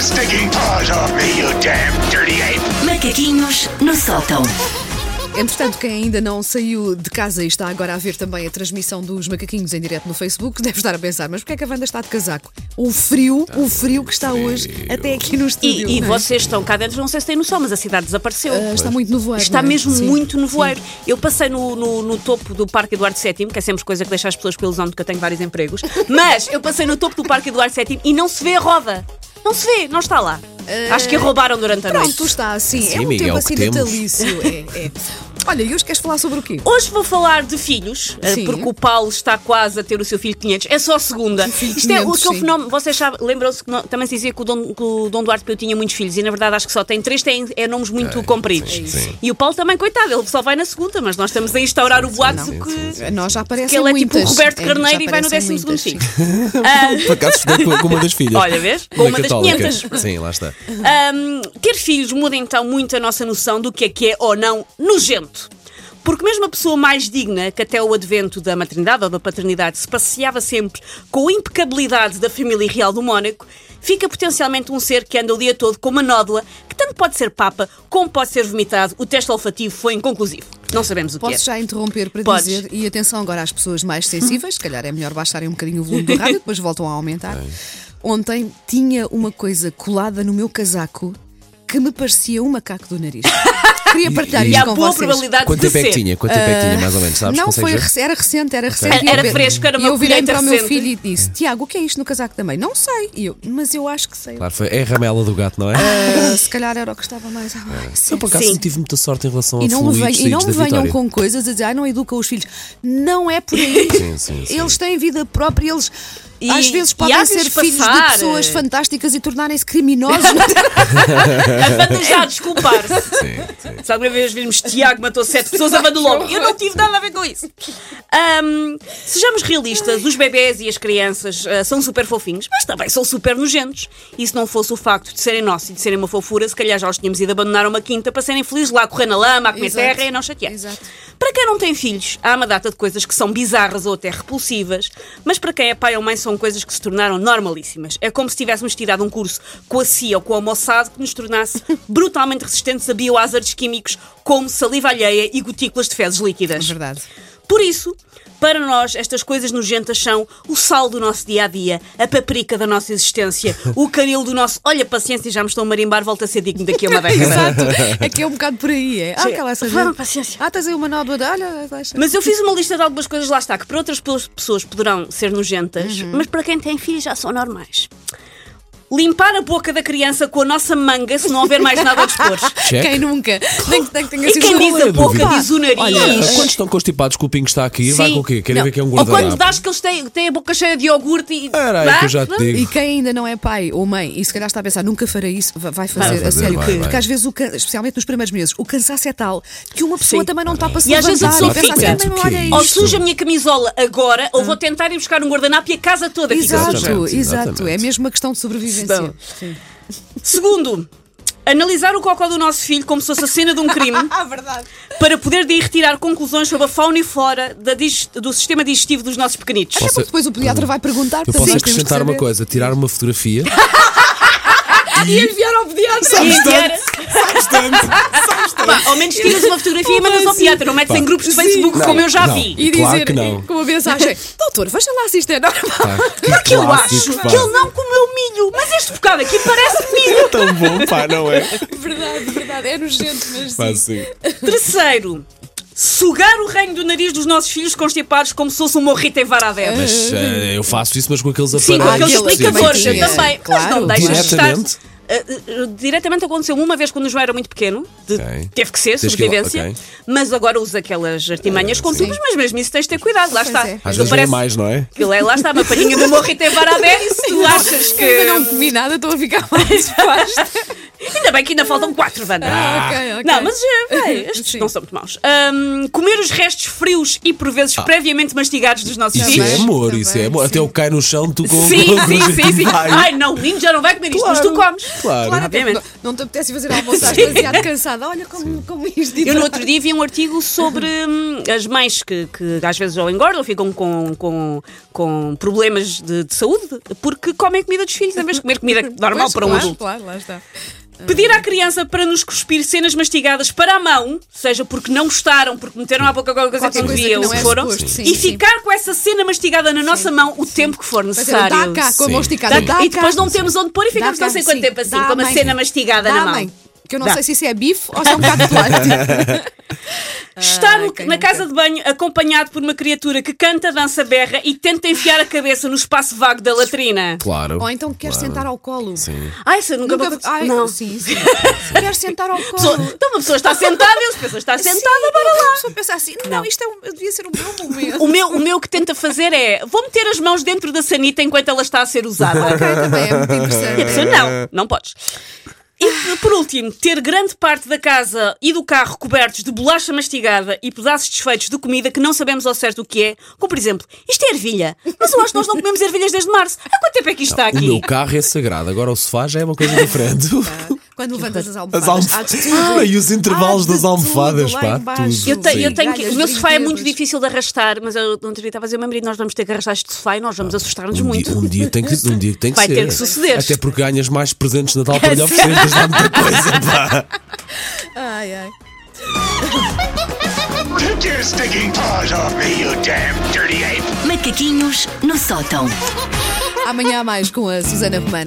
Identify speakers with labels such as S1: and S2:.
S1: sticking paws off me, you damn dirty ape!
S2: Macaquinhos no sótão.
S3: Entretanto, quem ainda não saiu de casa e está agora a ver também a transmissão dos macaquinhos em direto no Facebook, deve estar a pensar, mas porquê é que a Wanda está de casaco? O frio, o frio que está hoje até aqui no estúdio.
S4: E, e
S3: não é?
S4: vocês estão cá dentro, não sei se tem noção, mas a cidade desapareceu.
S3: Ah, está muito nevoeiro.
S4: Está
S3: não é?
S4: mesmo
S3: Sim.
S4: muito nevoeiro. Eu passei no, no- no topo do Parque Eduardo VII, que é sempre coisa que deixa as pessoas com a ilusão de que eu tenho vários empregos, mas eu passei no topo do Parque Eduardo VII e não se vê a roda. Não se vê, não está lá. Acho que a roubaram durante a noite.
S3: Ah, Pronto, está assim. é
S5: Sim,
S3: um
S5: amiga, é
S3: tempo
S5: o
S3: assim
S5: que temos.
S3: natalício. É, é. Olha, e hoje queres falar sobre o quê?
S4: Hoje vou falar de filhos, eh,
S3: Sim.
S4: porque o Paulo está quase a ter o seu filho 500. É só a segunda.
S3: filho
S4: Isto é o
S3: 500,
S4: aquele
S3: sim.
S4: fenómeno. Vocês sabem, lembram-se que não- também se dizia que o, Dom, que o Dom Duarte Pio tinha muitos filhos e na verdade acho que só tem três, tem é nomes muito compridos.
S5: sim, sim.
S4: E o Paulo também, coitado, ele só vai na segunda, mas nós estamos a instaurar o boato
S3: sim,
S4: que.
S3: Nós já aparecemos.
S4: Que ele é tipo o Roberto Carneiro e vai no 12 segundo filho. ah,
S5: Por acaso estudei com com uma das filhas.
S4: Olha, vês? Com
S5: Na
S4: uma das
S5: católica.
S4: 500.
S5: Sim, lá está.
S4: Ahm, ter filhos muda então muito a nossa noção do que é que é ou não nojento. Porque mesmo a pessoa mais digna, que até o advento da maternidade ou da paternidade se passeava sempre com a impecabilidade da família real do Mónaco, fica potencialmente um ser que anda o dia todo com uma nódoa que tanto pode ser papa como pode ser vomitado. O teste olfativo foi inconclusivo. Não sabemos o que é.
S3: Posso já interromper para
S4: Podes.
S3: dizer, e atenção agora às pessoas mais sensíveis, se calhar é melhor baixarem um bocadinho o volume do rádio, depois voltam a aumentar. Ontem tinha uma coisa colada no meu casaco que me parecia um macaco do nariz. Queria partilhar
S5: e
S4: E
S3: isto
S4: há
S3: com
S4: boa
S3: vocês.
S4: probabilidade
S5: Quanto
S4: de
S5: tempo é que
S4: ser.
S5: tinha? Quanto tempo é que tinha, mais ou menos? Sabes?
S3: Ah, não,
S5: Consegues
S3: foi
S5: ver?
S3: rec- era recente, era recente.
S4: Era-
S3: E eu
S4: era
S3: vi-
S4: fresco, era
S3: E
S4: uma
S3: eu virei
S4: colheita
S3: para o meu
S4: recente.
S3: filho e disse: Tiago, o que é isto no casaco também? Não sei. E eu, mas eu acho que sei.
S5: Claro, foi. É a ramela do gato, não é?
S3: Ah, se calhar era o que estava mais. à mão.
S5: eu por acaso
S4: Sim.
S5: não tive muita sorte em relação
S3: E
S5: a
S3: não, me
S5: É. fluidos
S3: venham, e não me
S5: saídos da
S3: venham
S5: Vitória.
S3: com coisas a dizer, ah, não educa os filhos. Não é por aí.
S5: Sim, sim, sim.
S3: Eles têm vida própria, eles
S4: E-
S3: às vezes
S4: e
S3: podem
S4: há-lhes
S3: ser filhos de
S4: passar,
S3: pessoas
S4: eh. É
S3: fantásticas e tornarem-se criminosos.
S4: Já desculpar-se.
S5: Sim, sim.
S4: Se alguma vez virmos Tiago matou sete pessoas, abando logo. Eu não tive nada a ver com isso. Ahm, sejamos realistas, os bebés e as crianças ah, são super fofinhos, mas também são super nojentos. E se não fosse o facto de serem nossos e de serem uma fofura, se calhar já os tínhamos ido abandonar a uma quinta para serem felizes lá a correr na lama, a comer
S3: Exato.
S4: terra e a não chatear.
S3: Exato.
S4: Para quem não tem filhos, há uma data de coisas que são bizarras ou até repulsivas, mas para quem é pai ou mãe são coisas que se tornaram normalíssimas. É como se tivéssemos tirado um curso com a CIA ou com a Mossad que nos tornasse brutalmente resistentes a biohazards químicos como saliva alheia e gotículas de fezes líquidas.
S3: É Verdade.
S4: Por isso, para nós, estas coisas nojentas são o sal do nosso dia a dia, a paprika da nossa existência, o caril do nosso. Olha, paciência, já me estão a marimbar, volta a ser digno daqui a uma década.
S3: Exato. É que é um bocado por aí, é. Ah,
S4: Sim.
S3: aquela essa
S4: Vá,
S3: gente.
S4: paciência.
S3: Ah, tens aí uma nódoa de. Olha, deixa.
S4: Mas eu fiz uma lista de algumas coisas, lá está, que para outras pe- pessoas poderão ser nojentas,
S5: Uhum.
S4: mas para quem tem filhos já são normais. Limpar a boca da criança com a nossa manga se não houver mais nada a dispor.
S5: Check.
S3: Quem nunca? Nem que, nem que tenha
S4: E
S3: sido
S4: quem
S3: uma
S4: diz a
S3: lenda.
S4: boca
S3: Opa.
S4: diz o nariz.
S3: Olha,
S5: Mas ah, Quando estão constipados que o pingo está aqui, vai
S4: Sim.
S5: com o quê? Querem
S4: Não.
S5: ver que é um
S4: Ou quando
S5: guardanapo?
S4: dás que eles têm, têm a boca cheia de iogurte e.
S5: Era aí que eu já te digo.
S3: E quem ainda não é pai ou mãe e se calhar está a pensar nunca farei isso, va- vai fazer,
S5: fazer,
S3: a sério.
S5: vai, vai.
S3: Porque às vezes, o can- especialmente nos primeiros meses, o cansaço é tal que uma pessoa
S4: Sim.
S3: também não está para se
S4: E às vezes a
S3: levantar
S4: pessoa
S3: pensa
S4: fica-
S3: assim, "Também olha
S5: Ok.
S4: Ou
S3: isto."
S4: suja a minha camisola agora,
S5: Ah.
S4: ou vou tentar ir buscar um guardanapo e a casa toda fica suja.
S3: Exato,
S5: Exatamente,
S3: exato.
S5: exatamente.
S3: É mesmo uma questão de sobrevivência.
S4: Então, Segundo, analisar o cocó do nosso filho como se fosse a cena de um crime. Para poder daí retirar conclusões sobre a fauna e flora da dig- do sistema digestivo dos nossos pequenitos.
S3: Até É porque depois o pediatra vai perguntar
S5: Eu
S3: portanto,
S5: posso
S3: nós temos que
S5: acrescentar uma
S3: saber.
S5: coisa: tirar uma fotografia.
S4: Ah,
S3: E enviar ao pediatra.
S5: um
S4: E enviar-
S5: Ah,
S4: Pá, ao menos tiras uma fotografia e mandas ao pediatra, não metes em grupos de Facebook como eu já
S5: assim? Não.
S4: vi.
S3: E
S5: Claro
S3: dizer
S5: que não.
S3: com uma mensagem: Doutor, veja lá se isto é normal.
S5: Pá,
S4: Porque eu acho
S5: clássico, pá.
S4: que ele não comeu milho, mas este bocado aqui parece milho.
S5: Tão bom, pá, não é?
S3: Verdade, verdade. É nojento, mas.
S5: Pá, sim.
S4: Terceiro, sugar o reino do nariz dos nossos filhos constipados como se fosse um morrito em Varadero.
S5: Mas eh, eu faço isso, mas com aqueles
S4: Sim, com
S3: Ah,
S5: aparelhos.
S4: aqueles
S3: aquele-
S4: explicadores
S3: também tinha.
S4: também.
S3: Claro.
S4: Mas não deixas de estar.
S5: Diretamente?
S4: Uh, uh, diretamente aconteceu uma vez quando o João era muito pequeno, de-
S5: Ok.
S4: teve que ser,
S5: Tens que ir lá,
S4: sobrevivência,
S5: ok.
S4: mas agora usa aquelas artimanhas
S5: Ah,
S4: com
S5: sim.
S4: tubos, mas mesmo isso tens de ter cuidado, lá
S3: Pois
S4: está.
S3: é. Às
S5: Às
S4: Aquilo
S5: vezes é
S4: parece-
S5: mais, não é?
S4: Aquilo é, lá está, uma palhinha do morrito em Varadero, e se tu achas que.
S3: Eu não comi nada, estou a ficar mais fácil.
S4: Ainda bem que ainda faltam quatro, Wanda.
S3: ok, Ah, ok.
S4: Não, mas eh, bem, estes
S3: Sim.
S4: não são muito maus. Ahm, comer os restos frios e por vezes previamente mastigados dos nossos
S5: Ah. Isso
S4: filhos.
S5: é
S3: Também,
S5: amor,
S3: também,
S5: isso é amor.
S3: sim.
S5: Até eu caio no chão, tu com
S4: Sim,
S5: com- com-
S4: sim, sim, sim.
S5: Vai.
S4: Ai, não, o menino já não vai comer isto, mas tu
S5: Claro,
S4: comes.
S5: claro.
S3: Claro, até
S4: obviamente.
S3: porque não, não te apetece fazer almoço, estás demasiado cansada. Olha como, como isto
S4: Eu no outro dia vi um artigo sobre hum, as mães que, que às vezes ou engordam ou ficam com, com, com problemas de, de saúde porque comem comida dos filhos em vez de comer comida normal
S3: Pois,
S4: para um
S3: claro,
S4: adulto.
S3: Claro, lá está.
S4: Pedir à criança para nos cuspir cenas mastigadas para a mão, seja porque não gostaram, porque meteram à boca qualquer coisa
S3: Qualquer
S4: que não
S3: coisa
S4: devia
S3: que
S4: ou
S3: não
S4: que
S3: é
S4: foram,
S3: suposto, sim,
S4: e
S3: sim.
S4: ficar com essa cena mastigada na nossa mão o tempo que for
S3: Mas eu,
S4: necessário.
S3: dá cá, com a mão esticada.
S4: Dá-
S3: Dá
S4: e depois
S3: cá.
S4: não temos onde pôr e ficamos
S3: Dá cá,
S4: não sei quanto
S3: sim.
S4: tempo assim,
S3: Dá
S4: com
S3: à
S4: uma
S3: mãe.
S4: cena mastigada
S3: Dá
S4: na
S3: à
S4: mão.
S3: Tá, mãe, Que eu não
S4: Dá.
S3: sei se isso é bife ou se é um bocado de plástico.
S4: Estar no-
S3: ok,
S4: na
S3: ok.
S4: casa de banho acompanhado por uma criatura que canta, dança, berra e tenta enfiar a cabeça no espaço vago da latrina.
S5: Claro.
S3: Ou então queres
S5: claro.
S3: sentar ao colo.
S5: Sim.
S4: Ai, isso eu nunca,
S3: Nunca...
S4: vou-
S3: Ai,
S4: não.
S3: Sim, sim. queres sentar ao colo.
S4: Pessoa- então uma pessoa está sentada e as pessoas está sentada, bora lá.
S3: A pessoa pensa assim, não,
S4: Não.
S3: isto é um- devia ser o meu momento.
S4: O meu, o meu que tenta fazer é vou meter as mãos dentro da sanita enquanto ela está a ser usada.
S3: Ok, também é muito
S4: E a pessoa,
S3: interessante.
S4: não, não podes. E por último, ter grande parte da casa e do carro cobertos de bolacha mastigada e pedaços desfeitos de comida que não sabemos ao certo o que é, como por exemplo, isto é ervilha, mas eu acho que nós não comemos ervilhas desde março. Há quanto tempo é que isto está
S5: O
S4: aqui?
S5: meu carro é sagrado, agora o sofá já é uma coisa diferente.
S4: Tá.
S3: Quando levantas as almofadas,
S5: As almofadas.
S3: há de tudo.
S5: Ah, e os intervalos
S3: Há de
S5: das almofadas,
S3: tudo lá
S5: pá,
S3: embaixo.
S5: tudo.
S4: Eu, te- eu
S5: Sim.
S4: tenho que-
S3: Migalhas,
S4: o meu sofá é muito
S3: brinquedos.
S4: difícil de arrastar, mas eu não devia estava a dizer ao meu marido: nós vamos ter que arrastar este sofá e nós vamos assustar-nos
S5: Um
S4: muito.
S5: dia, um dia tem que, um dia tem que
S4: Vai
S5: ser.
S4: ter que suceder.
S5: Até porque ganhas mais presentes de Natal para lhe oferecer, mas dá muita coisa. Pá.
S3: Ai, ai.
S1: Take your stinking paws off me, you damn dirty ape!
S2: Macaquinhos no sótão.
S3: Amanhã há mais com a Susana Romana.